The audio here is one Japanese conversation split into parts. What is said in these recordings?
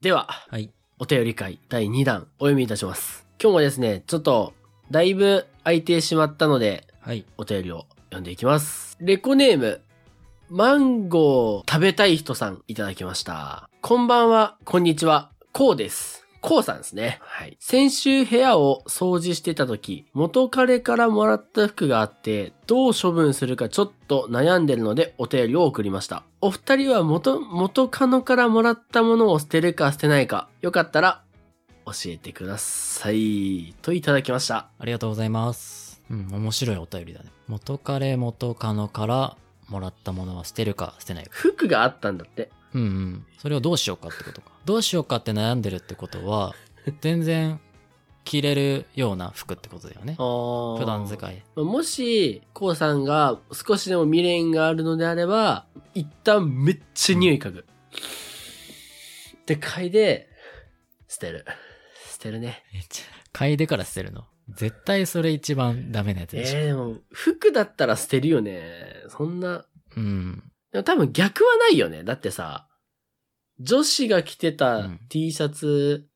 では、はい。お便り会第2弾お読みいたします。今日もですね、ちょっと、だいぶ空いてしまったので、はい。お便りを読んでいきます。レコネーム、マンゴー食べたい人さんいただきました。こんばんは、こんにちは、こうです。こうさんですね。はい。先週部屋を掃除してた時、元彼からもらった服があって、どう処分するかちょっと悩んでるのでお便りを送りました。お二人は元、元カノからもらったものを捨てるか捨てないか、よかったら教えてください。といただきました。ありがとうございます。うん、面白いお便りだね。元彼元カノからもらったものは捨てるか捨てないか。服があったんだって。うんうん。それをどうしようかってことか。どうしようかって悩んでるってこと は、全然着れるような服ってことだよね。普普段使い。まあもし、こうさんが少しでも未練があるのであれば、一旦めっちゃ匂い嗅ぐ。って嗅いで、捨てる。捨てるね。めっちゃ嗅いでから捨てるの。絶対それ一番ダメなやつえでしょ。ー、でも、服だったら捨てるよね。そんな。うん。でも多分逆はないよね。だってさ、女子が着てうたん T シャツ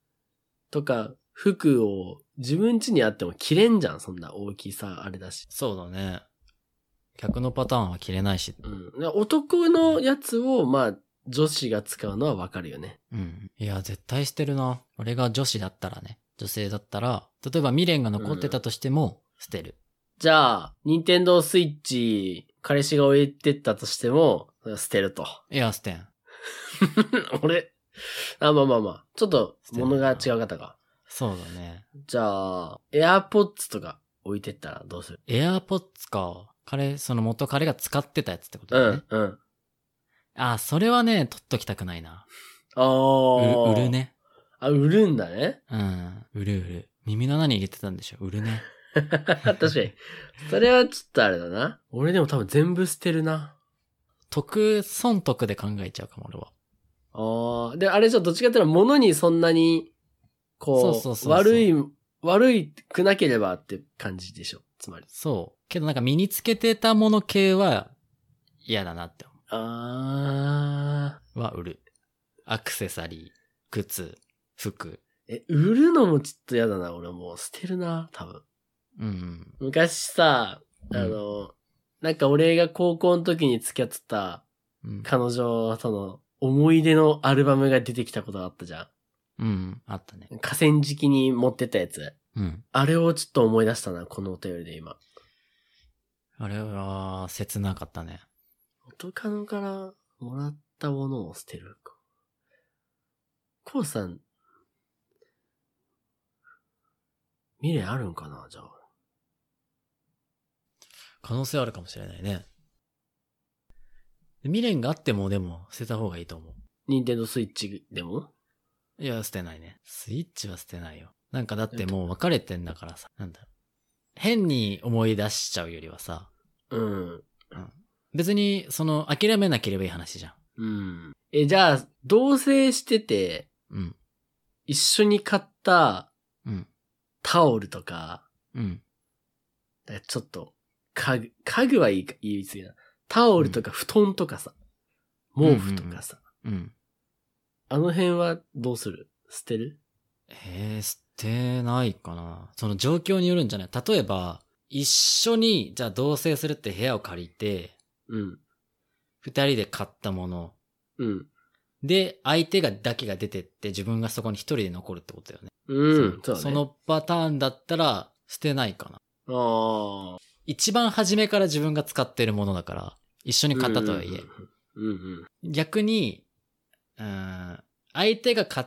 とか服を自分家にあっても着れんじゃん。そんな大きさあれだし。そうだね。逆のパターンは着れないし。うん。男のやつを、まあ、女子が使うのはわかるよね。うん。いや、絶対捨てるな。俺が女子だったらね。女性だったら、例えば未練が残ってたとしても、捨てる。じゃあ、ニンテンドースイッチ、彼氏が置いてったとしても、捨てると。 いや、捨てん。俺、あ、まあまあまあ。ちょっと、捨てるな物が違う方が。そうだね。じゃあ、エアポッツとか置いてったらどうするエアーポッツか。彼、その元彼が使ってたやつってことうだよん、うね。ん。あ、それはね、取っときたくないな。ああ。う売る。ね。あ、売るんだね。 うん。売る売る。耳の穴に入れてたんでしょ。売る ね。確かに。それはちょっとあれだな。俺でも多分全部捨てるな。得、損得で考えちゃうかも、俺は。ああ、で、あれじゃどっちかっていうと物にそんなに、こう、そうそうそうそう悪い、悪いくなければって感じでしょ。つまり。そう。けどなんか身につけてたもの系は嫌だなって思ああ、う。は売る。アクセサリー、靴、服。え、売るのもちょっと嫌だな。俺もう捨てるな、多分。うんうん。昔さ、あの、なんか俺が高校の時に付き合ってたうん。彼女との思い出のアルバムが出てきたことがあったじゃうん。あったね。ん。河川敷に持ってったやつ。うん。あれをちょっと思い出したな、このお便りで今。あれは、切なかったね。元カノからもらったものを捨てるか。コウさん、未練あるんかなじゃあ。可能性あるかもしれないね。未練があっても、でも、捨てた方がいいと思ニンテンドースイッチでもう。いや、捨てないね。スイッチは捨てないよ。なんかだってもう別れてんだからさ。なんだろう。変に思い出しちゃうよりはさ。うん。別に、その、諦めなければいい話じゃん。うん。え、じゃあ、同棲してて、うん。一緒に買ったうん。タオルとか、うん。だからちょっと、家具、家具はいいか、言い過ぎな。タオルとか布団とかさ、毛布とかさ、うん。あの辺はどうする捨てるえー、捨てないかな。その状況によるんじゃない例えば、一緒に、じゃあ同棲するって部屋を借りて、うん。二人で買ったもの。うん。で、相手が、だけが出てって、自分がそこに一人で残るってことだよね。うん。そううだそね。そのパターンだったら、捨てないかな。ああ。一番初めから自分が使ってるものだから、一緒に買ったとはいえ。うんうん。逆に、うーん、相手が買っ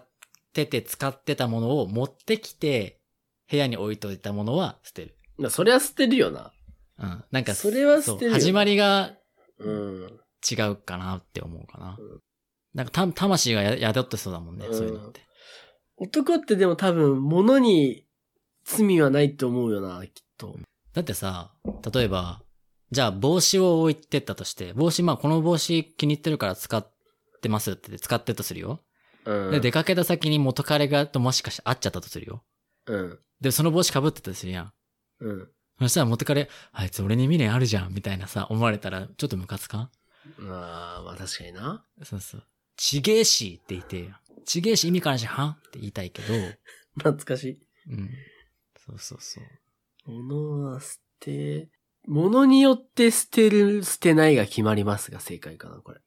てて使ってたものを持ってきて、部屋に置いといたものは捨てる。まあそれは捨てるよな。うん。なんか、それは捨てるよそう始まりがうん。違うかなって思うかな。うんなんかた、魂がや宿ってそうだもんね、うんそういうのって。男ってでも多分、物に罪はないと思うよな、きっと。だってさ、例えば、じゃあ帽子を置いてったとして、帽子、まあこの帽子気に入ってるから使ってますって言って使ってるとするよ。うん。で、出かけた先に元彼がともしかして会っちゃったとするよ。うん。で、その帽子被ってたとするやん。うん。そしたら元彼、あいつ俺に未練あるじゃん、みたいなさ、思われたら、ちょっとムカつかんまあ、まあ確かにな。そうそう。ちげえしって言ってよ。ちげえし意味からんし、はんって言いたいけど、懐かしい。うん。そうそうそう。物は捨て、物によって捨てる、捨てないが決まりますが正解かな、これ。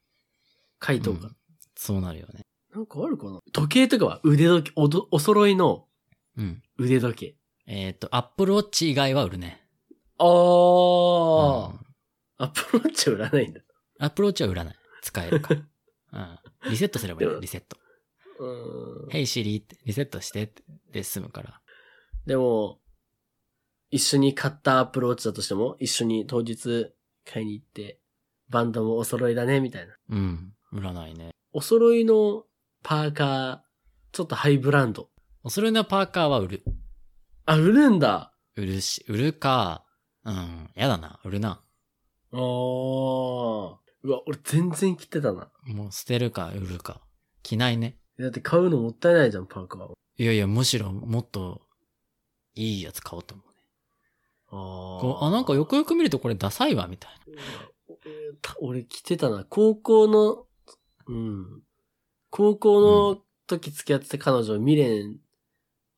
回答が。うんそうなるよね。なんかあるかな時計とかは腕時計、おどお揃いのうん。腕時計。えっ、と、アップルウォッチ以外は売るね。あー。うんアップローチは売らないんだ。アップルウォッチは売らない。使える から。うん。リセットすればいいでよ、もリセット。うーん。ヘイシリって、リセットしてって、で済むから。でも、一緒に買ったアプローチだとしても、一緒に当日買いに行って、バンドもお揃いだね、みたいな。うん。売らないね。お揃いのパーカー、ちょっとハイブランド。お揃いのパーカーは売る。あ、売るんだ売るし、売るか、うん。やだな、売るな。あー。うわ、俺全然着てたな。もう捨てるか、売るか。着ないね。だって買うのもったいないじゃん、パーカー。いやいや、むしろもっと、いいやつ買おうと思うね。あこうあ、なんかよくよく見るとこれダサいわ、みたいな。た俺着てたな。高校の、うん。高校の時付き合ってた彼女、未練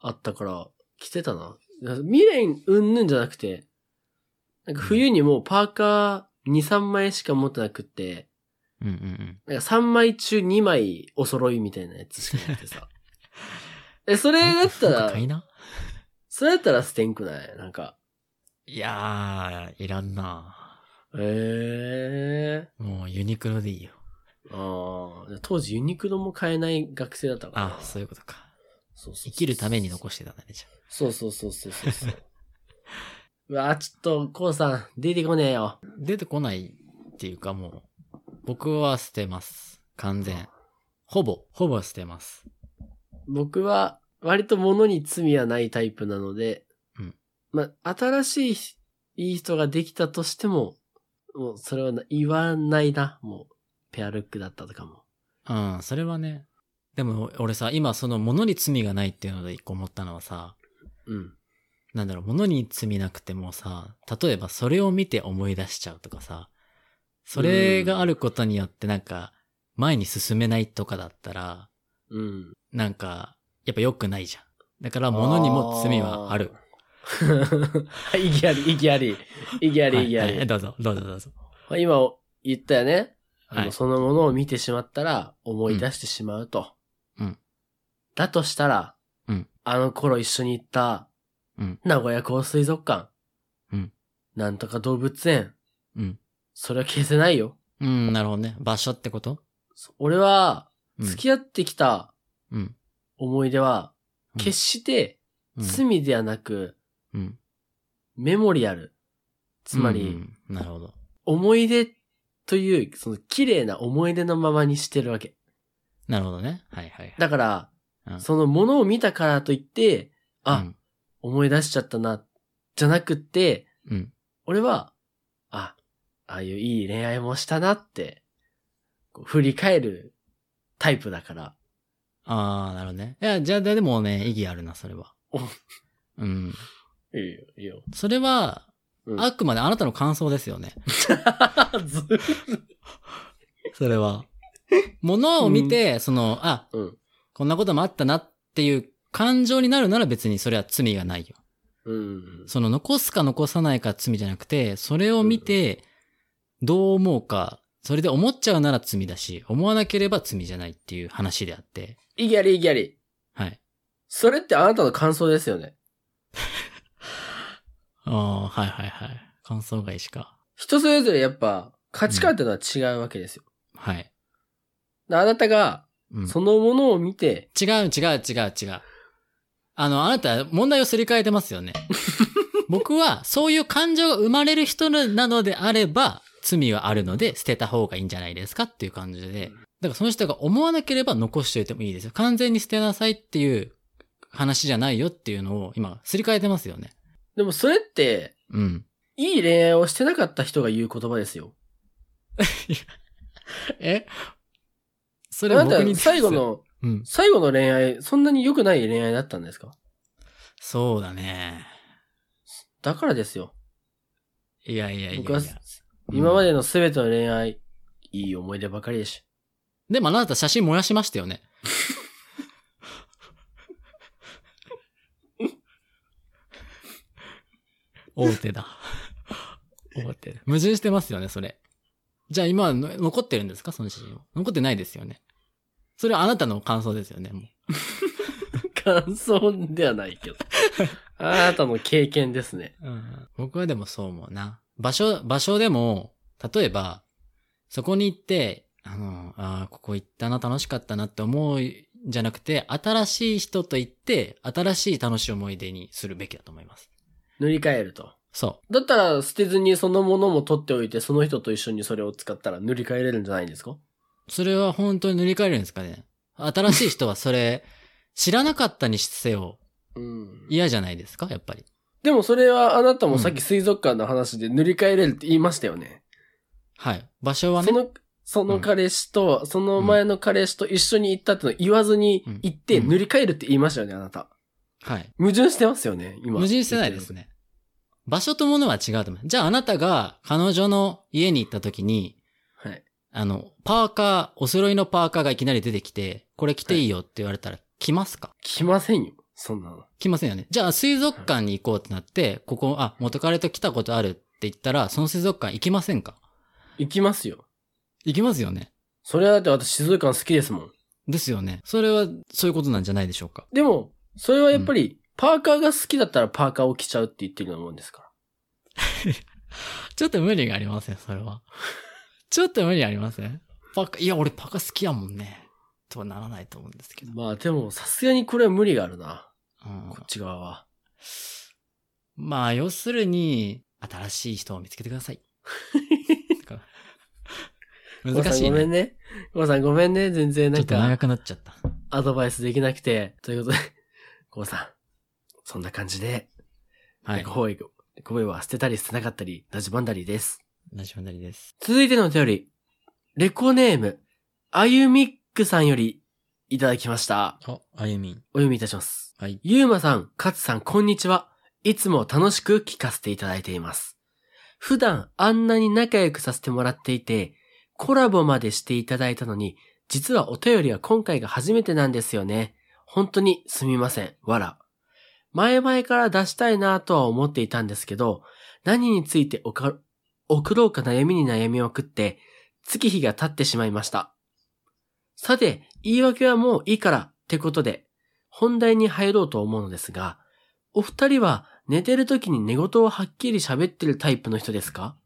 あったから、着てたな。未練うんぬんじゃなくて、なんか冬にもうパーカー2、3枚しか持ってなくって、うんうんうん。なんか3枚中2枚お揃いみたいなやつしかなくて さ。え、それだったなんから買、いな。それだったら捨てんくないなんか。いやー、いらんな。ええもうユニクロでいいよ。ああ、当時ユニクロも買えない学生だったからな。あ、そういうことか。そうそうそう生きるために残してたんだね、じゃそうそうそうそうそうそう。 うわーちょっと、コウさん、出てこねえよ。あ。出てこないっていうかもう、僕は捨てます。完全。ほぼ、ほぼ捨てます。僕は、割と物に罪はないタイプなので、うんまあ、新しい、いい人ができたとしても、もう、それはな言わないな。もう、ペアルックだったとかも。うん、それはね。でも俺さ、今その物に罪がないっていうので一個思ったのはさ、うん。なんだろう、物に罪なくてもさ、例えばそれを見て思い出しちゃうとかさ、それがあることによってなんか、前に進めないとかだったら、うん。 なんか、やっぱ良くないじゃん。だから物にも罪はある。あー。意義あり、意義あり。意義あはり、意い義あはいり。どうぞ、どうぞどうぞ。まあ今言ったよね。あはのい。そのものを見てしまったら思い出してしまうと。うんだとしたら、うんあの頃一緒に行ったうん、名古屋港水族館、うんなんとか動物園、うん。それは消せないよ。うん、なるほどね。場所ってことそ俺は、うん付き合ってきたうん。思い出は、うん決してうん罪ではなく、うん。メモリアル。つまうり、ん、なるほど。思い出という、その綺麗な思い出のままにしてるわけ。なるほどね。はいはいはい。だから、うんそのものを見たからといって、あ、うん思い出しちゃったな、じゃなくって、うん。俺は、あ、ああいういい恋愛もしたなって、こう振り返るタイプだから。ああ、なるほどね。いや、じゃあ、でもね、意義あるな、それはお。うん。いいよ、いいよ。それは、うんあくまであなたの感想ですよね。ずるそ れは。ものを見て、その、あ、うん。こんなこともあったなっていう感情になるなら別にそれは罪がないよ。うん。その残すか残さないか罪じゃなくて、それを見て、どう思うか、それで思っちゃうなら罪だし、思わなければ罪じゃないっていう話であって。いぎあり、いぎあり。はい。それってあなたの感想ですよね。ああー、はいはいはい。感想がいいしか。人それぞれやっぱ価値観ってのは違うわけですよ。はい。であなたがうん、そのものを見て、違う違う違う違う。あの、あなた、問題をすり替えてます よね。僕は、そういう感情が生まれる人なのであれば、罪はあるので、捨てた方がいいんじゃないですかっていう感じで。だからその人が思わなければ残しておいてもいいですよ。完全に捨てなさいっていう話じゃないよっていうのを、今、すり替えてますよね。でもそれって、うん。いい恋愛をしてなかった人が言う言葉ですよ。えそれあはな僕にた、最後。の、うん。最後の恋愛、そんなに良くない恋愛だったんですかそうだね。だからですよ。いやいやいやいや。僕は、うん今までの全ての恋愛、いい思い出ばかりでし。でもあなた写真燃やしましたよね。大手だ。大手だ。矛盾してますよね、それ。じゃあ今の、残ってるんですかその写真は。残ってないですよね。それはあなたの感想ですよね、もう。 感想ではない けど。あなたの経験ですね。うん僕はでもそう思うな。場所、場所でも、例えば、そこに行って、あの、ああ、ここ行ったな、楽しかったなって思うんじゃなくて、新しい人と行って、新しい楽しい思い出にするべきだと思います。塗り替えると。そだったら捨てずにそのものも取っておいて、その人と一緒にそれを使ったら塗り替えれるんじゃないんですかう。それは本当に塗り替えるんですかね。新しい人はそれ、 知らなかったにせよ、うん。嫌じゃないですかやっぱり。でもそれはあなたもさっき水族館の話で塗り替えれるって言いましたよね。はい。場所はそね。の、その彼氏と、その前の彼氏と一緒に行ったっての言わずにうん行ってうん塗り替えるって言いましたよね、あなた。はい。矛盾してますよね、今。矛盾してないですね。場所とものは違うと思う。じゃああなたが彼女の家に行った時に、はい。あの、パーカー、お揃いのパーカーがいきなり出てきて、これ着ていいよって言われたら着ますか来ませんよ、そんなの。着ませんよね。じゃあ水族館に行こうってなって、ここ、あ、元彼と来たことあるって言ったら、その水族館行きませんか行きますよ。行きますよね。それはだって私静岡好きですもん。ですよね。それは、そういうことなんじゃないでしょうか。でも、それはやっぱり、パーカーが好きだったらパーカーを着ちゃうって言ってるようなもんですから。ちょっと無理がありません、それは。 ちょっと無理ありませんパーカー、いや、俺パーカー好きやもんね。とはならないと思うんですけど。まあでも、さすがにこれは無理があるな。うんこっち側は。まあ、要するに、新しい人を見つけてくださ い。難しコいウさんごめね。んね。コウさんごめんね。全然ちなょんっと長か、くなっちゃった。アドバイスできなくて。ということで、コウさん、そんな感じで、はい。ご声ご声は捨てたり捨てなかったり、ラジバンダリーです。ラジオなりです。続いてのお便り、レコネーム、あゆみっくさんより、いただきました。あ、あゆみん。お読みいたします。はい。ゆうまさん、かつさん、こんにちは。いつも楽しく聞かせていただいています。普段あんなに仲良くさせてもらっていて、コラボまでしていただいたのに、実はお便りは今回が初めてなんですよね。本当にすみません。わら。前々から出したいなぁとは思っていたんですけど、何についておか送ろうか悩みに悩みを送って、月日が経ってしまいました。さて、言い訳はもういいからってことで、本題に入ろうと思うのですが、お二人は寝てる時に寝言をはっきり喋ってるタイプの人ですか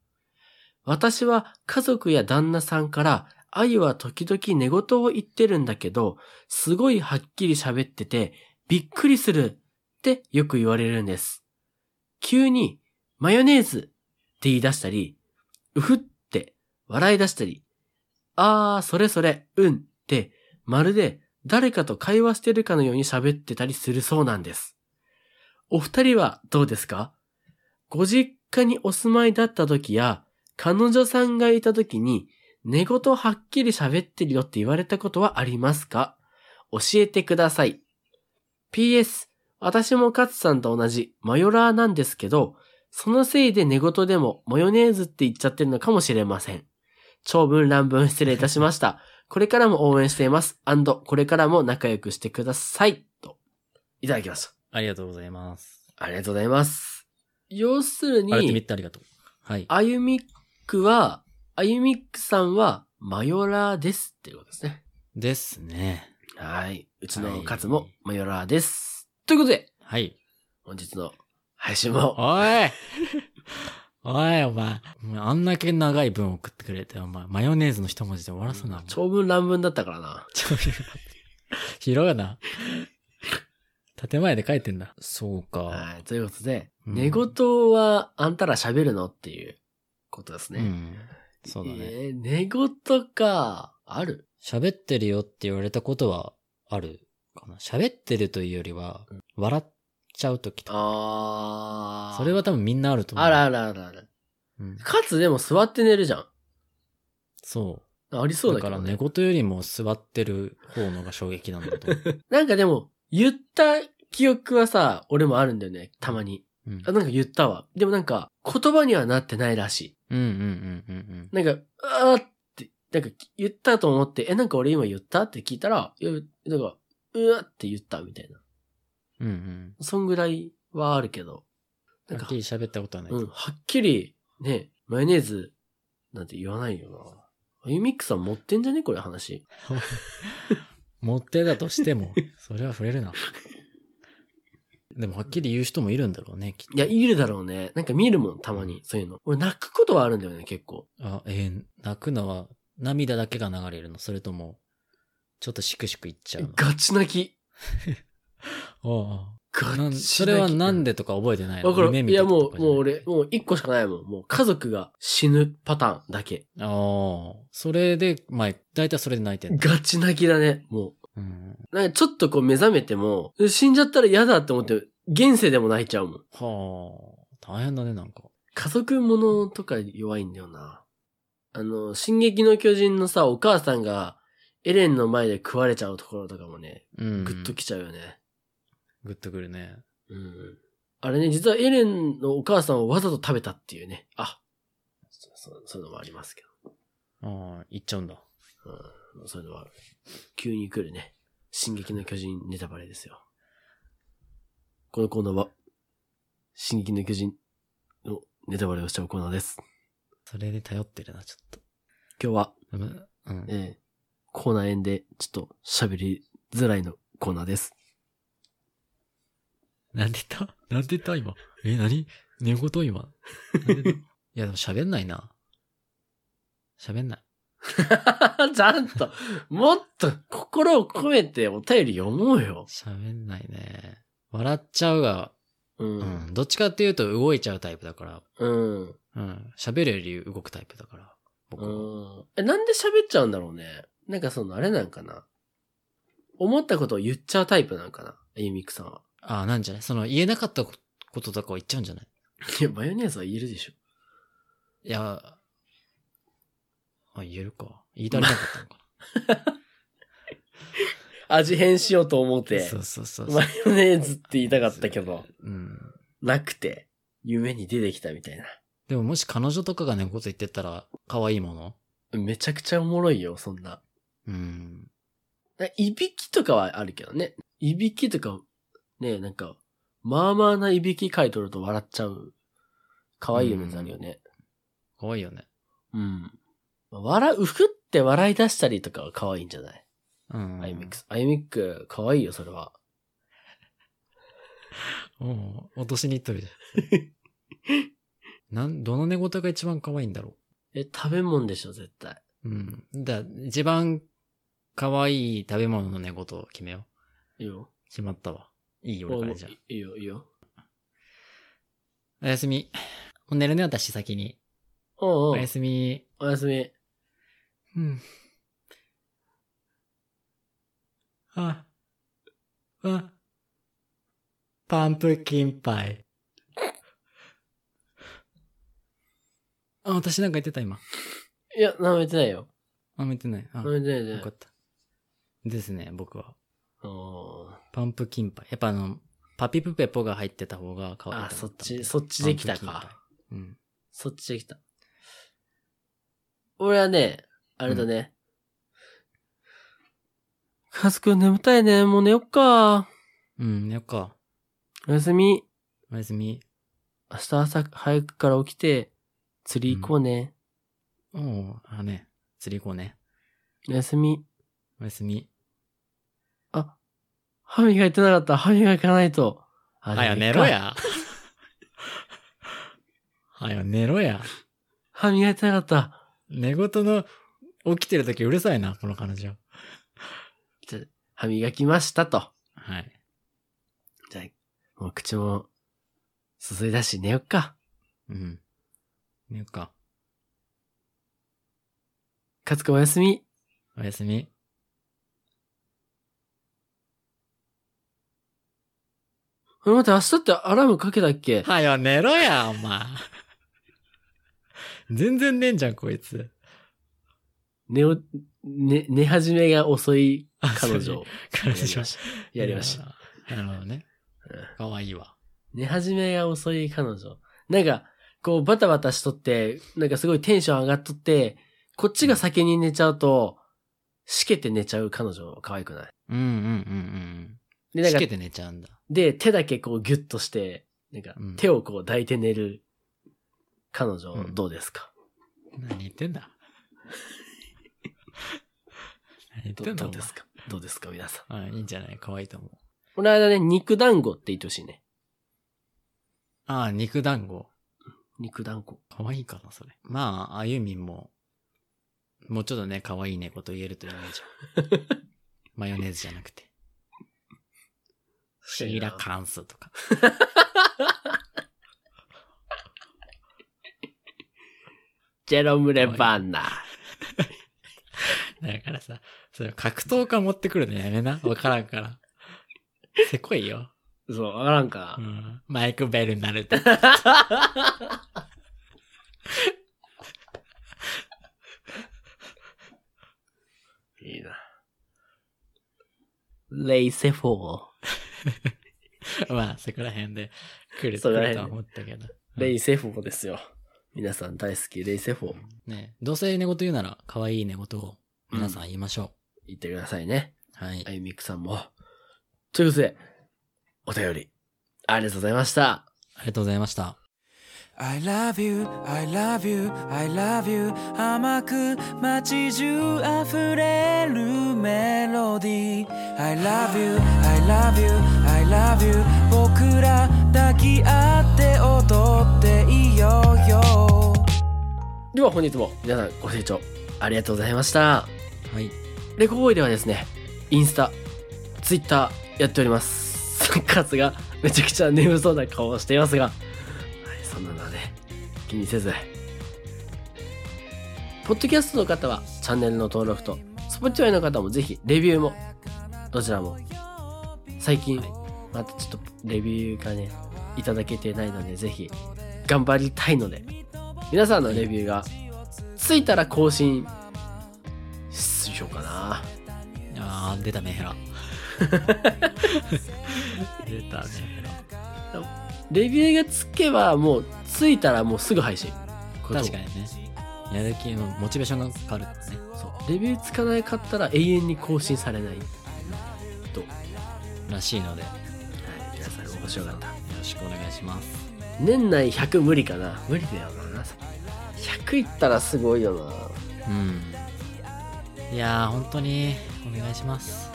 私は家族や旦那さんから、愛は時々寝言を言ってるんだけど、すごいはっきり喋ってて、びっくりするってよく言われるんです。急に、マヨネーズって言い出したり、うふって笑い出したり、あー、それそれ、うんって、まるで誰かと会話してるかのように喋ってたりするそうなんです。お二人はどうですかご実家にお住まいだった時や、彼女さんがいた時に、寝言はっきり喋ってるよって言われたことはありますか教えてください。PS、私もカツさんと同じマヨラーなんですけど、そのせいで寝言でもマヨネーズって言っちゃってるのかもしれません。長文乱文失礼いたしました。これからも応援しています。これからも仲良くしてください。と、いただきましありがとうございます。た。ありがとうございます。要する改めに、てありがとう。はい。あゆみっくは、あゆみっくさんは、マヨラーですっていうことですね。ですね。はい。うちはのいカツもマヨラーです。ということで、はい。本日の配信も、おい おい、お前。お前あんだけ長い文送ってくれて、お前、マヨネーズの一文字で終わらすな。ちょ、長文乱文だったからな。ちょ、ひろがな。建前で書いてんだ。そうか。はい。ということで、うん寝言はあんたら喋るのっていうことですうね。ん。そうだね。えー寝言か、ある喋ってるよって言われたことはあるかな。喋ってるというよりは、笑っちゃうときとか。あー。それは多分みんなあると思う。あらあらあらあら。うんかつでも座って寝るじゃん。そ。ありそううだだかけらど、寝ね。言よりも座ってる方のが衝撃なんだと思 う。なんかでも、言った記憶はさ、俺もあるんだよね。たまに。うんあ、なんか言ったわ。でもなんか、言葉にはなってないらしうんうんうんうんい。なんか、あーって、なんか言ったと思って、え、なんか俺今言ったって聞いたら、いや、なんか、うわって言ったみたいな。うん。うんうん。そんぐらいはあるけど。なんはかっきり喋ったことはない。うん、はっきり、ね、マヨネーズなんて言わないよな。あゆみっくさん持ってんじゃねこれ話。持ってたとし ても、それは触れるな。でもはっきり言う人もいるんだろうね、きっといや、いるだろうね。なんか見るもん、たまに。そういうの。俺泣くことはあるんだよね、結構。あ、えー泣くのは涙だけが流れるのそれとも、ちょっとしくしくいっちゃうのガチ泣き。ああガチなん泣き。それはなんでとか覚えてないのわかる。夢い見てや、たもとう、かじゃもなう俺、もう一個しかないもん。もう家族が死ぬパターンだけ。ああ、それで、まあ、大体それで泣いてんだ。ガチ泣きだね、もうん。う。なんかちょっとこう目覚めても、死んじゃったら嫌だって思って、現世でも泣いちゃうもん。はあ、大変だね、なんか。家族ものとか弱いんだよな。あの、進撃の巨人のさ、お母さんがエレンの前で食われちゃうところとかもね、うん。グッときちゃうよね。グッとくるね。うん。あれね、実はエレンのお母さんをわざと食べたっていうね。あ、そそそういうのもありますけああ、行っちゃうんだ。ど。うん。そういうのはある。急に来るね。進撃の巨人ネタバレですよ。このコーナーは、進撃の巨人のネタバレをしちゃうコーナーです。それで頼ってるな、ちょっ今日は、と。うん。うんええ、コーナー縁で、ちょっと喋りづらいのコーナーです。 なんで言ったなんで言った今。え、なに寝言今。なんで言った いや、でも喋んないな。喋んない。ちゃんと、もっと心を込めてお便り読もうよ。喋んないね。笑っちゃうが、う。うんん。どっちかっていうと動いちゃうタイプだから。うん。うん。喋るより動くタイプだから。僕うは。ん。え、なんで喋っちゃうんだろうね。なんかその、あれなんかな。思ったことを言っちゃうタイプなんかな。ゆみくさんは。 ああ、なんじゃないその言えなかったこととかを言っちゃうんじゃないいや、マヨネーズは言えるでしょ。いや、あ、言えるか。言い足りなかったのか味変しようと思っな。てそ、うそうそうそうマ。ヨネーズって言いたかったけど、うん。なくて、夢に出てきたみたいな。でももし彼女とかが猫と言ってたら、可愛いものめちゃくちゃおもろいよ、そんな。うん。いびきとかはあるけどね。いびきとか、ね、なんか、まあまあないびき書いとると笑っちゃう。可愛いよね、あるよね。可愛いよね。うん。笑う、ふって笑い出したりとかは可愛いんじゃないうん。アイミックス。アイミック、可愛いよ、それは。うん。落としに行っとるじ ゃん。なん、どの寝言が一番可愛いんだろえ、食べ物でしょ、絶対。う。うん。だ、一番可愛い食べ物の寝言を決めよう。いいよ。決まったわ。いいよ、俺からじゃあいいよ、いいよ。おやすみ。もう寝るね、私先に。おおうおうやすみ。おやすみ。うん。あ、あ、パンプキンパイ。あ、私なんか言ってた今。いや、舐めてないよ。あ、見てない。あ、舐めてないじゃよかった。ですね、僕は。あパンプキンパイ。やっぱあの、パピプペポが入ってた方が可愛いあ、とそ思ったんち、そっちできたパンプか。キンパイうん。そっちできた。俺はね、あれだね。カズくん眠たいね。もう寝よっか。うん、よっか。おやすみ。おやすみ。明日朝早くから起きて、釣り行こうね。おう、あね、釣り行こうね。おやすみ。おやすみ。あ、歯磨いてなかった。歯磨かないと。あはよ寝ろ。や。はよ寝ろや。歯磨いてなかった。寝言の起きてる時うるさいな、この彼女。じゃ歯磨きましたと。はい。じゃあもう口も、すすいだし寝よっか。うん。寝ようか。カズくんおやすみ。おやすみ。あれ待って、明日ってアラームかけたっけはよ寝ろや、お前。全然寝んじゃん、こいつ。寝を、寝、寝始めが遅いあ彼女をやそういう彼り女ま。した。やりました。た。なるほどね。かわいいわ。寝始めが遅い彼女。なんか、こうバタバタしとって、なんかすごいテンション上がっとって、こっちが先に寝ちゃうと、しけて寝ちゃう彼女可愛くないうんうんうんうん。で、しなんけか、て寝ちゃうんだ。で、手だけこうギュッとして、なんかうん、手をこう抱いて寝る彼女う、んどうですか、何言ってんだ何言ってどんだどおう前ですかどうですか皆さん。うん、いいんじゃない可愛いと思う。この間ね、肉団子って言ってほしいね。ああ、肉団子。肉団子。可愛いかな、それ。まあ、あゆみんも、もうちょっとね、可愛い猫と言えるといいねじ ゃん。マヨネーズじゃなくて。シーラカンスとか。ジェロム・レバンナ。 だからさ、それ格闘家持ってくるのやめな。わからんから。せこいよ。そう、わからんかう。ん。マイク・ベルになる と。いいな。レイ・セフォー。まあ、そこら辺で来るそこら来る辺とは思ったけど。レイ・セフォーですよ。皆さん大好き、レイ・セフォー。ねどうせ猫と言うなら、可愛い猫とを皆さん言いましょ言ってくださいね。う。はいあ。ゆみくさんも。ということで、お便り、ありがとうございました。ありがとうございました。 I love you, I love you, I love you 甘く街中溢れるメロディー I love you, I love you, I love you 僕ら抱き合って踊っていいよよでは本日も皆さんご清聴ありがとうございました。はい。レコボーイではですね、インスタ、ツイッターやっております。カツがめちゃくちゃ眠そうな顔をしていますが、はい、そんなのはね、気にせず。ポッドキャストの方はチャンネルの登録と、Spotify の方もぜひレビューも、どちらも、最近、またちょっとレビューがね、いただけてないので、ぜひ、頑張りたいので、皆さんのレビューがついたら更新しようかな。あー、出たメンヘ ラ。出たメンヘラ。レビューがつけばもうついたらもうすぐ配信確かにね。やる気のモチベーションが変わるってね。そうレビューつかなかったら永遠に更新されないと、はらしいので、よい、皆さん面白かったろしくお願いします。年内100無理かな無理だよな100いったらすごいよなうん。いやー、本当に、お願いします。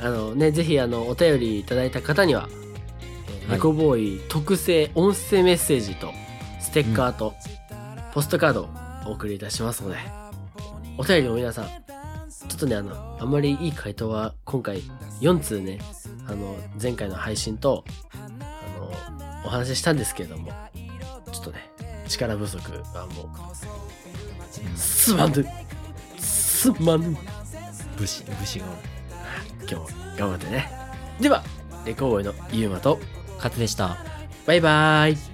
あのねぜひあのお便りいただいた方には、えーはいレコボーイ特製音声メッセージとステッカーと、ポストカードをお送りいたしますのでお便りを皆さんちょっとねあのあんまりいい回答は今回4通ねあの前回の配信とあのお話ししたんですけれどもちょっとね力不足はもうすまぬすまぬ武士、武士が今日頑張ってねではレコーボーイのゆうまと勝手でした。バイバーイ